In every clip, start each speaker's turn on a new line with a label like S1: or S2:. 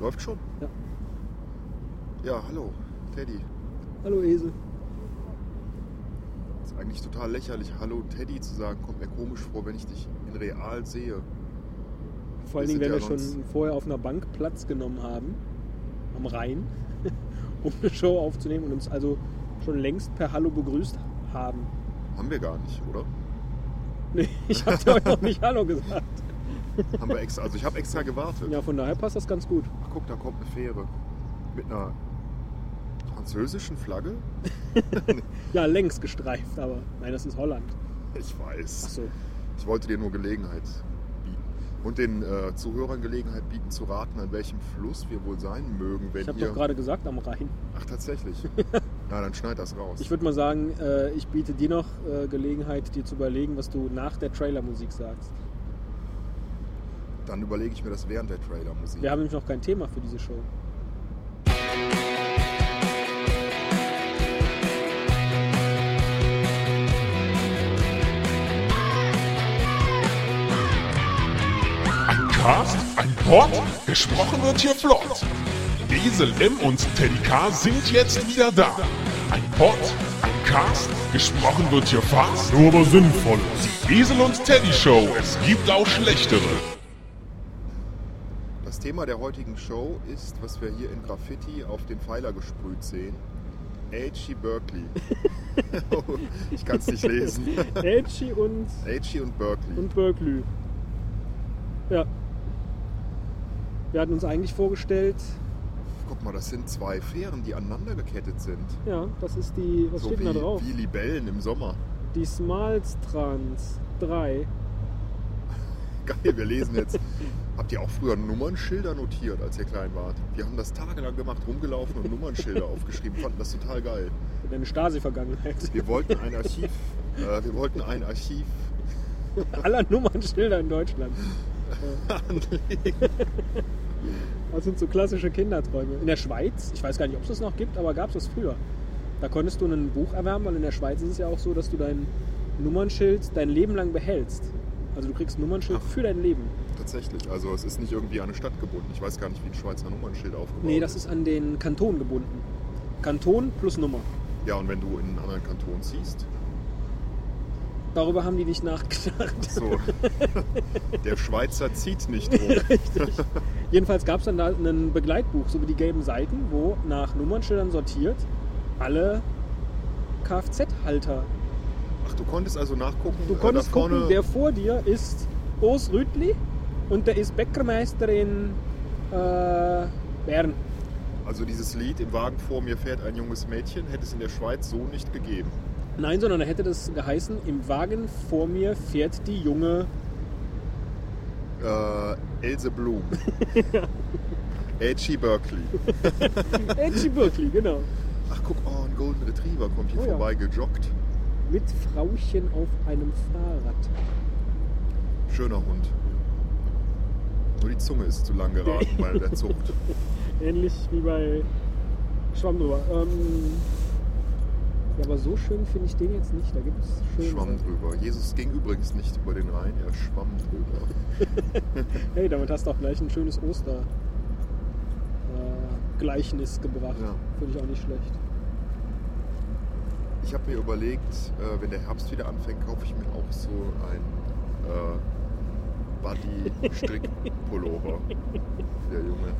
S1: Läuft schon?
S2: Ja.
S1: Ja, hallo, Teddy.
S2: Hallo Esel.
S1: Ist eigentlich total lächerlich, Hallo Teddy zu sagen, kommt mir komisch vor, wenn ich dich in real sehe.
S2: Vor allen
S1: Wir
S2: Dingen, wenn wir
S1: sind ja
S2: schon vorher auf einer Bank Platz genommen haben, am Rhein, um eine Show aufzunehmen und uns also schon längst per Hallo begrüßt haben.
S1: Haben wir gar nicht, oder?
S2: Nee, ich habe dir heute noch nicht Hallo gesagt.
S1: Haben wir extra, also ich habe extra gewartet.
S2: Ja, von daher passt das ganz gut.
S1: Ach, guck, da kommt eine Fähre. Mit einer französischen Flagge?
S2: Ja, längst gestreift, aber nein, das ist Holland.
S1: Ich weiß.
S2: Ach so.
S1: Ich wollte dir nur Gelegenheit bieten. Und den äh, Zuhörern Gelegenheit bieten zu raten, an welchem Fluss wir wohl sein mögen, wenn
S2: Ich habe
S1: ihr.
S2: doch gerade gesagt am Rhein.
S1: Ach, tatsächlich. Na, dann schneid das raus.
S2: Ich würde mal sagen, äh, ich biete dir noch äh, Gelegenheit, dir zu überlegen, was du nach der Trailermusik sagst.
S1: Dann überlege ich mir das während der Trailermusik.
S2: Wir haben nämlich noch kein Thema für diese Show.
S3: Ein Cast, ein Pod, gesprochen wird hier flott. Esel M und Teddy K sind jetzt wieder da. Ein Pod, ein Cast, gesprochen wird hier fast, nur aber sinnvoll. Die Esel und Teddy Show, es gibt auch schlechtere.
S1: Das Thema der heutigen Show ist, was wir hier in Graffiti auf den Pfeiler gesprüht sehen. H.G. Berkeley. Oh, ich kann es nicht lesen.
S2: Elchi und,
S1: H.G. und Berkeley.
S2: und Berkeley. Ja. Wir hatten uns eigentlich vorgestellt,
S1: Guck mal, das sind zwei Fähren, die aneinander gekettet sind.
S2: ja, das ist die, was
S1: so
S2: steht
S1: wie,
S2: denn da drauf?
S1: wie Libellen im Sommer.
S2: Die Smalstrans 3.
S1: Geil, wir lesen jetzt. Habt ihr auch früher Nummernschilder notiert, als ihr klein wart? Wir haben das tagelang gemacht, rumgelaufen und Nummernschilder aufgeschrieben, fanden das total geil.
S2: Deine Stasi-Vergangenheit.
S1: Wir wollten ein Archiv, äh, wir wollten ein Archiv
S2: Aller Nummernschilder in Deutschland.
S1: anlegen.
S2: Das sind so klassische Kinderträume. In der Schweiz, ich weiß gar nicht, ob es das noch gibt, aber gab es das früher. Da konntest du ein Buch erwerben, weil in der Schweiz ist es ja auch so, dass du dein Nummernschild dein Leben lang behältst. Also du kriegst ein Nummernschild
S1: Ach.
S2: für dein Leben.
S1: Tatsächlich, also es ist nicht irgendwie an eine Stadt gebunden. Ich weiß gar nicht, wie ein Schweizer Nummernschild aufgebaut
S2: Nee, das ist an den Kanton gebunden. Kanton plus Nummer.
S1: Ja, und wenn du in einen anderen Kanton ziehst,
S2: Darüber haben die nicht nachgedacht.
S1: so, der Schweizer zieht nicht rum.
S2: Jedenfalls gab es dann da ein Begleitbuch, so wie die gelben Seiten, wo nach Nummernschildern sortiert alle Kfz-Halter.
S1: Ach, du konntest also nachgucken.
S2: Du
S1: äh,
S2: konntest
S1: da vorne,
S2: gucken, der vor dir ist Urs Rütli und der ist Bäckermeister in äh, Bern.
S1: Also dieses Lied, im Wagen vor mir fährt ein junges Mädchen, hätte es in der Schweiz so nicht gegeben.
S2: Nein, sondern da hätte das geheißen, im Wagen vor mir fährt die junge
S1: Äh, Else Blum. Edgy Berkeley.
S2: Edgy Berkeley, genau.
S1: Ach, guck, oh, ein Golden Retriever kommt hier
S2: Oh ja.
S1: vorbei, gejoggt.
S2: Mit Frauchen auf einem Fahrrad.
S1: Schöner Hund. Nur die Zunge ist zu lang geraten bei der Zucht.
S2: Ähnlich wie bei Schwamm drüber. Ähm, ja, aber so schön finde ich den jetzt nicht. Da gibt es schön.
S1: Schwamm drüber. Jesus ging übrigens nicht über den Rhein, er schwamm drüber.
S2: Hey, damit hast du auch gleich ein schönes Oster. äh, Gleichnis gebracht.
S1: Ja.
S2: Finde ich auch nicht schlecht.
S1: Ich habe mir überlegt, äh, wenn der Herbst wieder anfängt, kaufe ich mir auch so ein äh, Buddy-Strick-Pullover. Der Junge.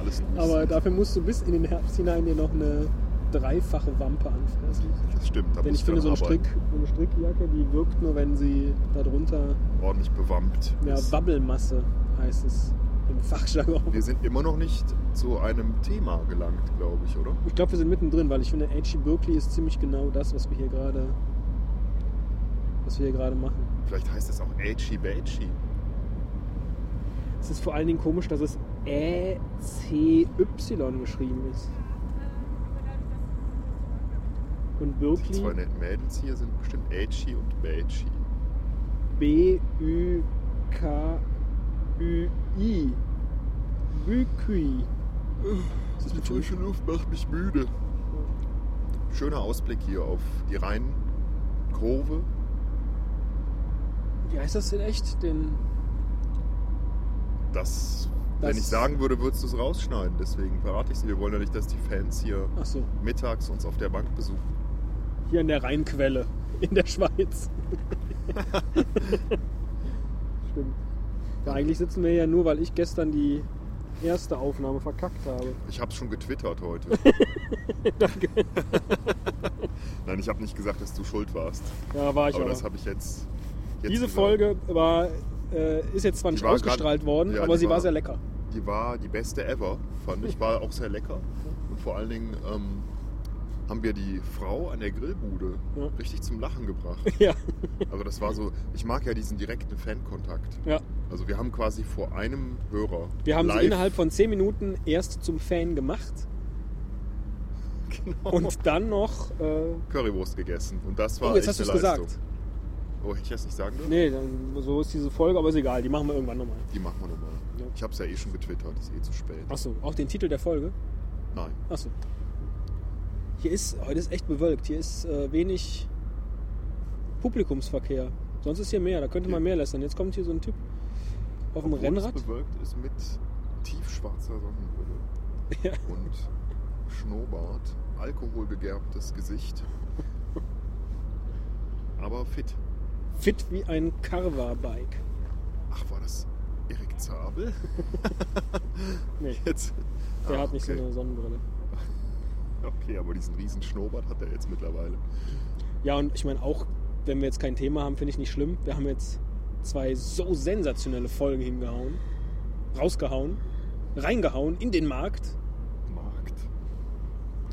S1: Alles gut.
S2: Aber dafür musst du bis in den Herbst hinein dir noch eine dreifache Wampe anfassen.
S1: Das stimmt, da
S2: Denn
S1: muss
S2: ich finde, so,
S1: dran
S2: ein Strick,
S1: arbeiten.
S2: so eine Strickjacke, die wirkt nur, wenn sie darunter
S1: ordentlich bewammt.
S2: ja,
S1: ist.
S2: Wabbelmasse heißt es im Fachjargon.
S1: Wir sind immer noch nicht zu einem Thema gelangt, glaube ich, oder?
S2: Ich glaube, wir sind mittendrin, weil ich finde, H.G. Berkeley ist ziemlich genau das, was wir hier gerade was wir hier gerade machen.
S1: Vielleicht heißt es auch Edgy Badgy.
S2: Es ist vor allen Dingen komisch, dass es E-C-Y geschrieben ist. Und
S1: Die zwei
S2: Berkeley
S1: netten Mädels hier sind bestimmt Edgy und Badgy.
S2: B-Ü-K-Ü-I. Bükui.
S1: Das ist die frische Luft macht mich müde. Schöner Ausblick hier auf die Rheinkurve.
S2: Wie heißt das denn echt? Den
S1: Das Wenn
S2: Das-
S1: ich sagen würde, würdest du es rausschneiden. Deswegen verrate ich sie. Wir wollen ja nicht, dass die Fans hier
S2: Ach so,
S1: mittags uns auf der Bank besuchen.
S2: hier in der Rheinquelle in der Schweiz. Stimmt. Ja, eigentlich sitzen wir ja nur, weil ich gestern die erste Aufnahme verkackt habe.
S1: Ich habe es schon getwittert heute. Nein, ich habe nicht gesagt, dass du schuld warst.
S2: Ja, war ich
S1: Aber
S2: aber.
S1: das habe ich jetzt. jetzt
S2: Diese
S1: gesagt.
S2: Folge war, äh, ist jetzt zwar
S1: Die
S2: nicht
S1: war
S2: ausgestrahlt
S1: grad-
S2: worden,
S1: ja,
S2: aber
S1: die
S2: sie war
S1: war-
S2: sehr lecker.
S1: Die war die beste ever, fand ich. War auch sehr lecker. Und vor allen Dingen ähm, haben wir die Frau an der Grillbude
S2: Ja.
S1: richtig zum Lachen gebracht.
S2: Ja,
S1: Also das war so, ich mag ja diesen direkten Fankontakt.
S2: ja.
S1: Also wir haben quasi vor einem Hörer.
S2: Wir haben
S1: live,
S2: sie innerhalb von 10 Minuten erst zum Fan gemacht
S1: genau,
S2: und dann noch. Äh,
S1: Currywurst gegessen. Und das war
S2: oh, jetzt
S1: echt
S2: hast du es
S1: eine Leistung.
S2: gesagt.
S1: Oh, hätte ich das nicht sagen dürfen?
S2: Nee, dann, so ist diese Folge, aber ist egal, die machen wir irgendwann nochmal.
S1: Die machen wir nochmal.
S2: Ja.
S1: Ich habe es ja eh schon getwittert, ist eh zu spät.
S2: Achso, auch den Titel der Folge?
S1: Nein.
S2: Achso. Hier ist, heute ist echt bewölkt, hier ist äh, wenig Publikumsverkehr. Sonst ist hier mehr, da könnte man
S1: Hier-
S2: mehr lästern. Jetzt kommt hier so ein Typ auf dem
S1: Obwohl
S2: Rennrad.
S1: Es bewölkt ist mit tiefschwarzer Sonnenbrille
S2: Ja.
S1: und Schnurrbart, alkoholgegerbtes Gesicht, aber fit.
S2: Fit wie ein Carver-Bike.
S1: Ach, war das Erik Zabel?
S2: Nee,
S1: Jetzt.
S2: der
S1: Ah,
S2: hat nicht
S1: okay.
S2: so eine Sonnenbrille.
S1: Okay, aber diesen riesen Schnurrbart hat er jetzt mittlerweile.
S2: Ja, und ich meine auch, wenn wir jetzt kein Thema haben, finde ich nicht schlimm. Wir haben jetzt zwei so sensationelle Folgen hingehauen, rausgehauen, reingehauen in den Markt.
S1: Markt.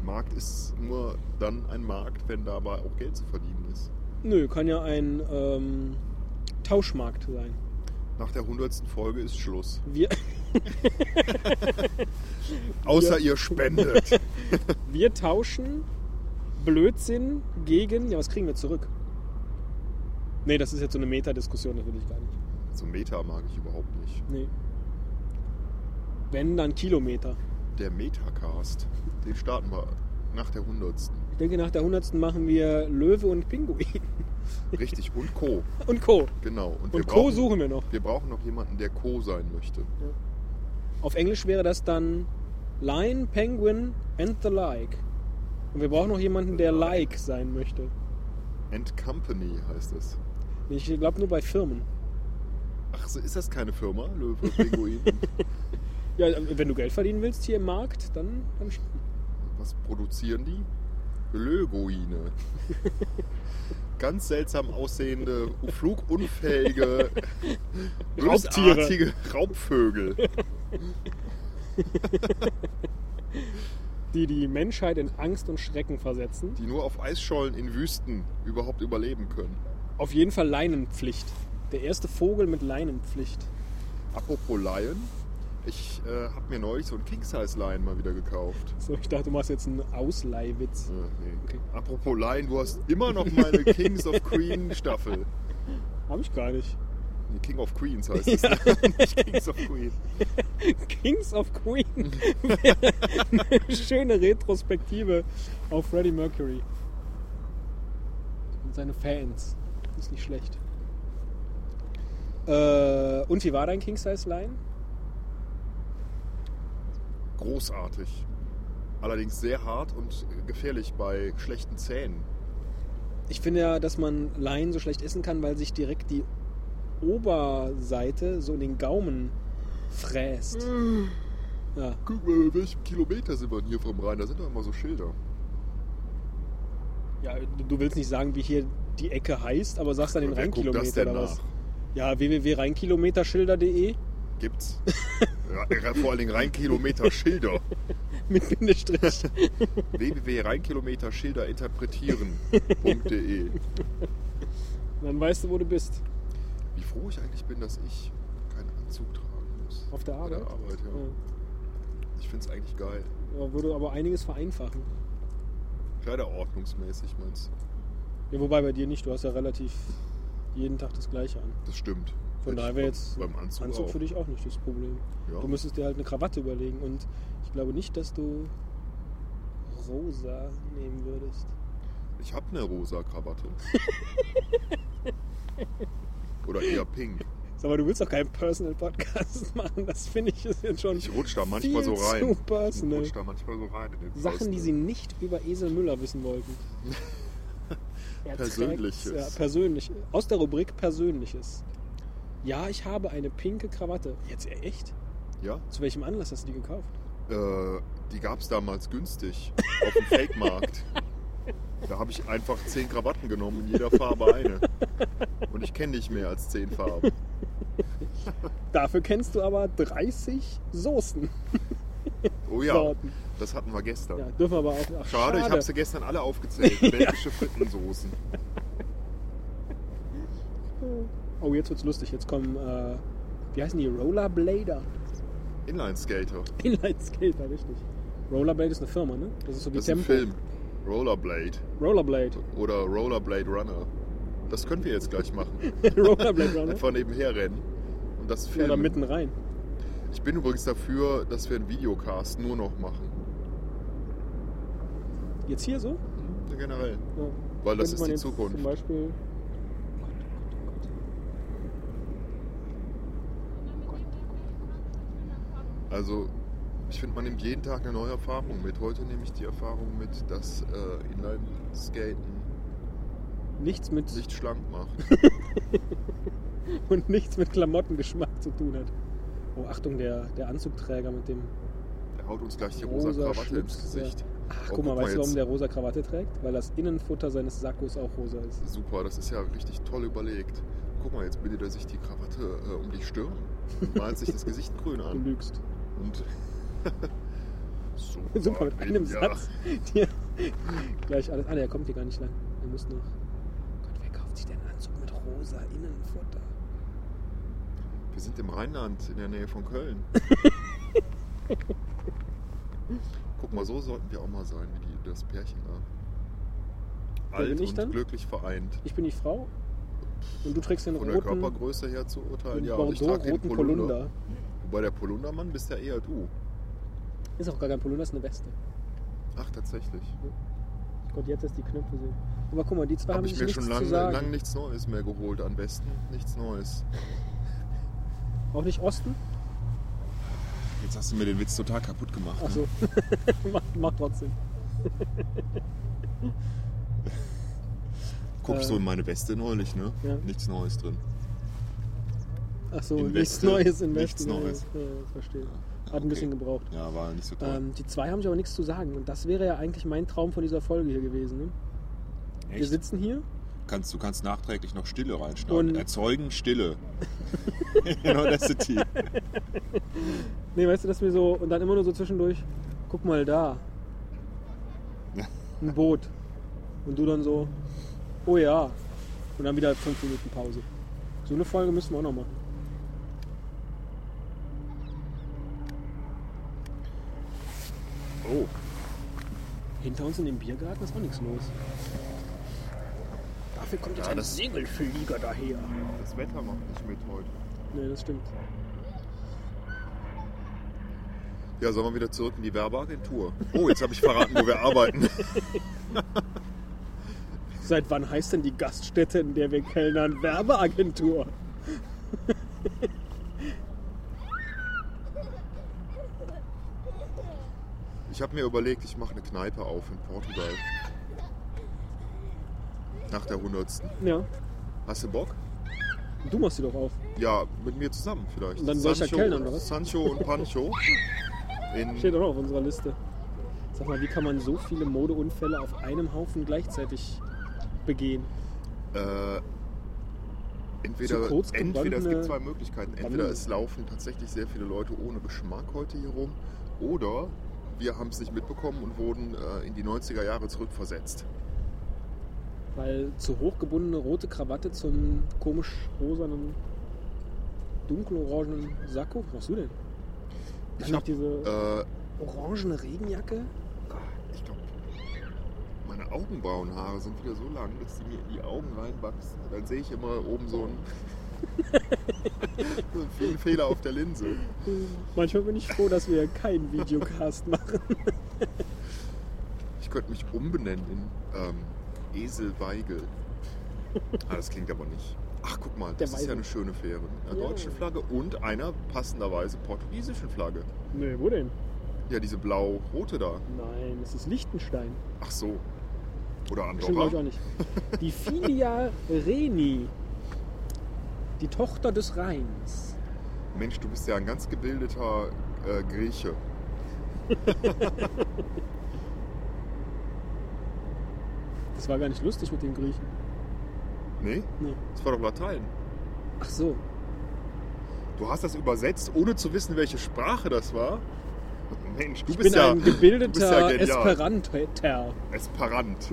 S1: Markt ist nur dann ein Markt, wenn dabei auch Geld zu verdienen ist.
S2: Nö, kann ja ein ähm, Tauschmarkt sein.
S1: Nach der hundertsten Folge ist Schluss.
S2: Wir,
S1: Außer ihr spendet.
S2: wir tauschen Blödsinn gegen. Ja, was kriegen wir zurück? Nee, das ist jetzt so eine Metadiskussion, das will ich gar nicht.
S1: so Meta mag ich überhaupt nicht.
S2: Nee. Wenn, dann Kilometer.
S1: Der Metacast, den starten wir nach der 100.
S2: Ich denke, nach der 100. machen wir Löwe und Pinguin.
S1: Richtig, und Co.
S2: Und Co.
S1: Genau. Und, wir
S2: Und Co.
S1: brauchen-
S2: suchen wir noch.
S1: Wir brauchen noch jemanden, der Co. sein möchte.
S2: Auf Englisch wäre das dann Lion, Penguin and the Like. Und wir brauchen noch jemanden, der
S1: Like.
S2: Like sein möchte.
S1: And Company heißt es.
S2: Ich glaube nur bei Firmen.
S1: Ach, so ist das keine Firma? Löwe, Pinguin?
S2: Ja, äh, wenn du Geld verdienen willst hier im Markt, dann, dann schon.
S1: Was produzieren die? Lögoine. Ganz seltsam aussehende, flugunfähige,
S2: Raubtiere.
S1: bösartige Raubvögel.
S2: die die Menschheit in Angst und Schrecken versetzen.
S1: die nur auf Eisschollen in Wüsten überhaupt überleben können.
S2: Auf jeden Fall Leinenpflicht. Der erste Vogel mit Leinenpflicht.
S1: Apropos Lion, ich äh, habe mir neulich so ein King-Size-Lion mal wieder gekauft.
S2: So, ich dachte, du machst jetzt einen Ausleihwitz.
S1: Äh, nee.
S2: Okay.
S1: Apropos Lion, du hast immer noch meine Kings of Queen Staffel.
S2: Hab ich gar nicht.
S1: Nee, King of Queens heißt es, nicht Kings of Queen.
S2: Kings of Queen. Eine schöne Retrospektive auf Freddie Mercury. Und seine Fans. Ist nicht schlecht. Äh, und wie war dein King Size Line?
S1: Großartig. Allerdings sehr hart und gefährlich bei schlechten Zähnen.
S2: Ich finde ja, dass man Laien so schlecht essen kann, weil sich direkt die Oberseite so in den Gaumen fräst. Ja,
S1: Guck mal, welchen Kilometer sind wir denn hier vom Rhein? Da sind doch immer so Schilder.
S2: ja du- du willst nicht sagen, wie hier die Ecke heißt, aber sagst dann den
S1: Und wer guckt das
S2: Rheinkilometer
S1: denn
S2: oder was?
S1: nach?
S2: Ja, www.rheinkilometerschilder.de
S1: Gibt's. Ja, vor allen Dingen Rheinkilometer Schilder.
S2: mit Bindestrich.
S1: www.rheinkilometerschilderinterpretieren.de
S2: dann weißt du, wo du bist.
S1: Wie froh ich eigentlich bin, dass ich keinen Anzug tragen muss.
S2: Auf der
S1: Bei
S2: Arbeit. Hm.
S1: der Arbeit, ja. Ich finde es eigentlich geil.
S2: Ja, würde aber einiges vereinfachen.
S1: Kleiderordnungsmäßig meinst du?
S2: Ja, wobei bei dir nicht, du hast ja relativ jeden Tag das gleiche an.
S1: Das stimmt.
S2: Von
S1: Hätte
S2: daher
S1: ich
S2: wäre
S1: auch
S2: jetzt
S1: Beim Anzug,
S2: Anzug
S1: auch.
S2: für dich auch nicht das Problem.
S1: Ja.
S2: Du müsstest dir halt eine Krawatte überlegen und ich glaube nicht, dass du rosa nehmen würdest.
S1: Ich habe eine rosa Krawatte. Oder eher pink.
S2: Sag mal, du willst doch keinen Personal-Podcast machen. Das finde ich ist jetzt schon
S1: Ich rutsche da manchmal so
S2: viel
S1: rein.
S2: zu
S1: Ich
S2: personal.
S1: rutsche da manchmal so rein. In den
S2: Sachen,
S1: Posten.
S2: die sie nicht über Esel Müller wissen wollten. Er trägt's,
S1: Persönliches.
S2: Ja, persönlich. Aus der Rubrik Persönliches. Ja, ich habe eine pinke Krawatte. Jetzt e, echt?
S1: Ja,
S2: Zu welchem Anlass hast du die gekauft?
S1: äh, die gab es damals günstig auf dem Fake-Markt. Da habe ich einfach zehn Krawatten genommen, in jeder Farbe eine. Und ich kenne nicht mehr als zehn Farben.
S2: Dafür kennst du aber 30 Soßen.
S1: Oh ja,
S2: Sorten.
S1: das hatten wir gestern.
S2: Ja, dürfen wir aber auch. Ach,
S1: Schade, ich habe sie gestern alle aufgezählt. Belgische Frittensoßen.
S2: Oh, jetzt wird's lustig. Jetzt kommen, äh, wie heißen die? Rollerblader.
S1: Inline-Skater.
S2: Inlineskater, richtig. Rollerblade ist eine Firma, ne? Das ist so wie
S1: Das ist ein
S2: Tempo.
S1: Film. Rollerblade
S2: Rollerblade.
S1: oder Rollerblade Runner. Das können wir jetzt gleich machen.
S2: Rollerblade Runner.
S1: Einfach nebenher rennen. Und das filmen.
S2: Oder mitten rein.
S1: Ich bin übrigens dafür, dass wir einen Videocast nur noch machen.
S2: Jetzt hier so?
S1: Hm, Generell.
S2: Ja.
S1: Weil das
S2: Könnte
S1: ist
S2: man
S1: die
S2: jetzt
S1: Zukunft.
S2: Zum Beispiel.
S1: Also, ich finde, man nimmt jeden Tag eine neue Erfahrung mit. Heute nehme ich die Erfahrung mit, dass äh, Inline-Skaten
S2: Nichts mit
S1: nicht schlank macht.
S2: und nichts mit Klamottengeschmack zu tun hat. Oh, Achtung, der, der Anzugträger mit dem.
S1: Der haut uns gleich die rosa,
S2: Rosa
S1: Krawatte
S2: Schlips,
S1: ins Gesicht.
S2: Ach,
S1: Oh,
S2: guck mal, weißt du,
S1: jetzt.
S2: warum der rosa Krawatte trägt? Weil das Innenfutter seines Sakkos auch rosa ist.
S1: Super, das ist ja richtig toll überlegt. Guck mal, jetzt bindet er sich die Krawatte äh, um die Stirn und malt sich das Gesicht grün
S2: Du
S1: an.
S2: lügst.
S1: Und super,
S2: Super, mit einem
S1: ja.
S2: Satz. Dir gleich alles. Ah, ne, er kommt hier gar nicht lang. Er muss noch. Gott, wer kauft sich denn einen Anzug mit rosa Innenfutter?
S1: Wir sind im Rheinland, in der Nähe von Köln. Guck mal, so sollten wir auch mal sein, wie die, das Pärchen da.
S2: Wer
S1: Alt
S2: bin ich
S1: und
S2: dann?
S1: glücklich vereint.
S2: Ich bin die Frau und du trägst den
S1: Von der
S2: roten, den
S1: Körpergröße her zu urteilen, ja. Und ich trage den
S2: Bordeaux-roten
S1: Polunder.
S2: Polunder.
S1: Wobei der Polundermann bist ja eh Uh, eher du.
S2: Ist auch gar kein Polunder, ist eine Weste.
S1: Ach, tatsächlich.
S2: Gott, jetzt ist die Knöpfe so. Aber guck mal, die zwei haben
S1: Habe ich
S2: sich
S1: mir
S2: nichts
S1: schon
S2: zu
S1: lange
S2: sagen.
S1: lang nichts Neues mehr geholt. Am besten nichts Neues.
S2: Auch nicht Osten?
S1: Jetzt hast du mir den Witz total kaputt gemacht. ne?
S2: Achso. mach, mach trotzdem.
S1: Guck ich so
S2: äh.
S1: in meine Weste neulich, ne?
S2: Ja.
S1: Nichts Neues drin.
S2: Achso,
S1: In
S2: nichts
S1: Weste,
S2: Neues in
S1: nichts
S2: Westen. Ja,
S1: Neues. Ah,
S2: Ja, verstehe. Hat
S1: Okay.
S2: ein bisschen gebraucht.
S1: Ja, war nicht so
S2: Ähm, die zwei haben sich aber nichts zu sagen. Und das wäre ja eigentlich mein Traum von dieser Folge hier gewesen. Ne? Wir sitzen hier.
S1: kannst, du kannst nachträglich noch Stille
S2: Und-
S1: Erzeugen Stille. in Audacity.
S2: Nee, weißt du, dass wir so. Und dann immer nur so zwischendurch. Guck mal da. Ein Boot. Und du dann so. Oh ja. Und dann wieder fünf Minuten Pause. So eine Folge müssen wir auch noch machen.
S1: Oh,
S2: Hinter uns in dem Biergarten ist auch nichts los. Dafür kommt jetzt
S1: Ja,
S2: ein
S1: das-
S2: Segelflieger daher.
S1: das Wetter macht nicht mit heute.
S2: Nee, das stimmt.
S1: Ja, sollen wir wieder zurück in die Werbeagentur? Oh, jetzt habe ich verraten, wo wir arbeiten.
S2: Seit wann heißt denn die Gaststätte, in der wir kellnern, Werbeagentur?
S1: Ich habe mir überlegt, ich mache eine Kneipe auf in Portugal. Nach der 100.
S2: Ja,
S1: Hast du Bock?
S2: du machst sie doch auf.
S1: Ja, mit mir zusammen vielleicht.
S2: Und dann soll ich ja kellnern, oder was?
S1: Sancho und Pancho. In,
S2: Steht auch noch auf unserer Liste. Sag mal, wie kann man so viele Modeunfälle auf einem Haufen gleichzeitig begehen?
S1: äh,
S2: Zu
S1: entweder,
S2: kurz
S1: entweder es
S2: gebundene-
S1: gibt zwei Möglichkeiten. Entweder
S2: Bande.
S1: es laufen tatsächlich sehr viele Leute ohne Geschmack heute hier rum oder wir haben es nicht mitbekommen und wurden äh, in die 90er Jahre zurückversetzt.
S2: Weil zu hoch gebundene rote Krawatte zum komisch rosanen, dunkelorangenen Sakko. Was machst du denn?
S1: Ich
S2: Dann noch
S1: hab, Äh,
S2: diese orangene Regenjacke.
S1: ich glaube, meine Augenbrauenhaare sind wieder so lang, dass die mir in die Augen reinwachsen. Dann sehe ich immer oben so einen, so einen vielen Fehler auf der Linse.
S2: Manchmal bin ich froh, dass wir keinen Videocast machen.
S1: Ich könnte mich umbenennen in ähm, Esel Weigel. Ah, das klingt aber nicht Ach, guck mal,
S2: Der
S1: das ist
S2: Weise.
S1: ja eine schöne Fähre. Mit einer
S2: Ja.
S1: deutschen Flagge und einer passenderweise portugiesischen Flagge.
S2: Nee, wo denn?
S1: Ja, diese blau-rote da.
S2: Nein, es ist Liechtenstein.
S1: Ach so. Oder
S2: Stimmt, glaube ich auch
S1: Andorra.
S2: nicht. Die Filia Reni, die Tochter des Rheins.
S1: Mensch, du bist ja ein ganz gebildeter äh, Grieche.
S2: Das war gar nicht lustig mit den Griechen.
S1: Nee?
S2: Nee.
S1: Das war doch Latein.
S2: Ach so.
S1: Du hast das übersetzt, ohne zu wissen, welche Sprache das war. Mensch, du
S2: Ich bin
S1: bist ja
S2: ein
S1: du bist ja
S2: gebildeter
S1: genial.
S2: Esperanter,
S1: Esperant.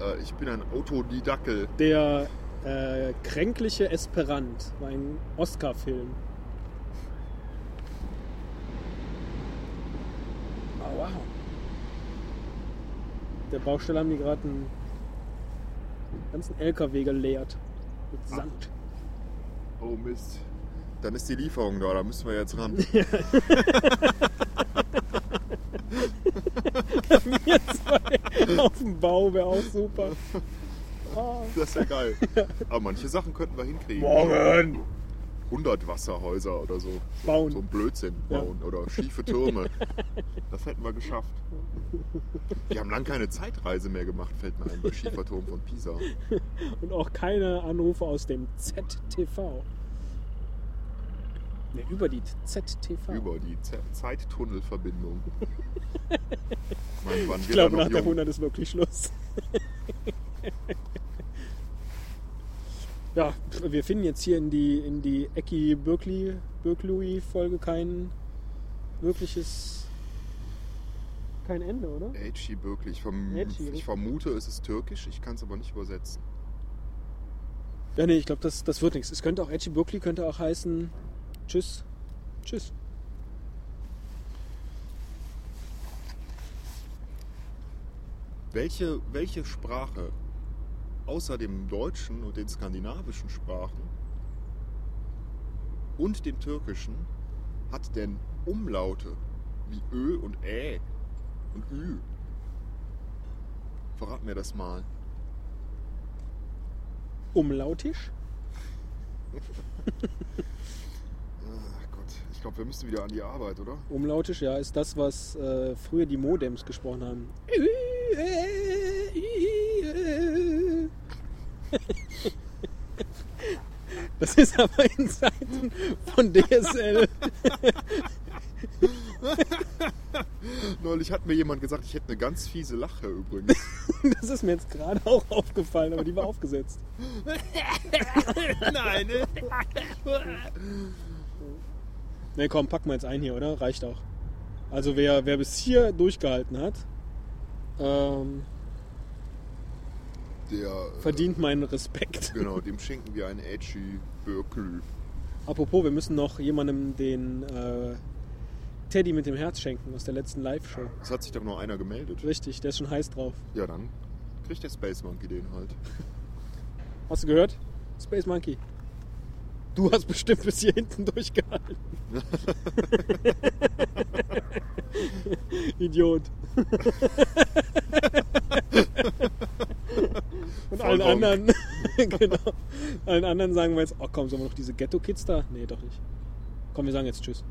S1: äh, ich bin ein Autodidackel.
S2: der äh, kränkliche Esperant. War ein Oscar-Film. Oh, wow. Der Baustelle haben die gerade einen ganzen LKW geleert. Mit
S1: Ah.
S2: Sand.
S1: Oh Mist. Dann ist die Lieferung da, da müssen wir jetzt ran.
S2: Wir zwei auf dem Bau wäre auch super. Ah.
S1: Das ist ja geil. Aber manche Sachen könnten wir hinkriegen.
S2: Morgen!
S1: 100 Wasserhäuser oder so.
S2: Bauen.
S1: So ein Blödsinn
S2: Ja.
S1: bauen oder schiefe Türme. Das hätten wir geschafft. Wir haben lang keine Zeitreise mehr gemacht, fällt mir ein, bei schiefer Turm von Pisa.
S2: Und auch keine Anrufe aus dem ZTV. Ne, über die ZTV.
S1: Über die Ze- Zeittunnelverbindung. Mann, waren
S2: ich
S1: wir
S2: glaube,
S1: da
S2: nach
S1: noch
S2: der
S1: jung.
S2: 100 ist wirklich Schluss. ja, wir finden jetzt hier in die, in die Ecki Birklui-Folge kein wirkliches. kein Ende, oder?
S1: Elçi wirklich. Ich, verm
S2: Elçi,
S1: ich vermute, es ist türkisch, ich kann es aber nicht übersetzen.
S2: Ja, nee, ich glaube, das, das wird nichts. Es könnte auch Edgy Berkeley könnte auch heißen Tschüss. Tschüss.
S1: Welche, welche Sprache außer dem deutschen und den skandinavischen Sprachen und dem türkischen hat denn Umlaute wie Ö und Ä und Ü? Verrat mir das mal.
S2: Umlautisch.
S1: Ach Gott, ich glaube, wir müssen wieder an die Arbeit, oder?
S2: Umlautisch, ja, ist das, was äh, früher die Modems gesprochen haben. Das ist aber in Zeiten von DSL.
S1: Neulich hat mir jemand gesagt, ich hätte eine ganz fiese Lache übrigens.
S2: Das ist mir jetzt gerade auch aufgefallen, aber die war aufgesetzt.
S1: Nein, ne?
S2: Ne, komm, packen wir jetzt ein hier, oder? Reicht auch. Also wer, wer bis hier durchgehalten hat, ähm,
S1: Der, äh,
S2: verdient meinen Respekt.
S1: Genau, dem schenken wir einen edgy Birklü.
S2: Apropos, wir müssen noch jemandem den äh, Teddy mit dem Herz schenken aus der letzten Live-Show.
S1: Es hat sich doch nur einer gemeldet.
S2: Richtig, der ist schon heiß drauf.
S1: Ja, dann kriegt der Space Monkey den halt.
S2: Hast du gehört? Space Monkey. Du hast bestimmt bis hier hinten durchgehalten. Idiot. Und allen
S1: Vollkommen.
S2: anderen, genau. Allen anderen sagen wir jetzt, oh komm, sollen wir noch diese Ghetto-Kids da? Nee, doch nicht. Komm, wir sagen jetzt Tschüss.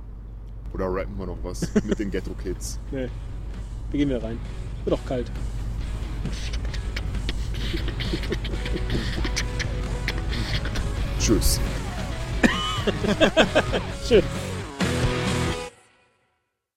S1: Oder rappen wir noch was mit den Ghetto Kids.
S2: Nee. Wir gehen wieder rein. Wird auch kalt.
S1: Tschüss.
S2: Tschüss.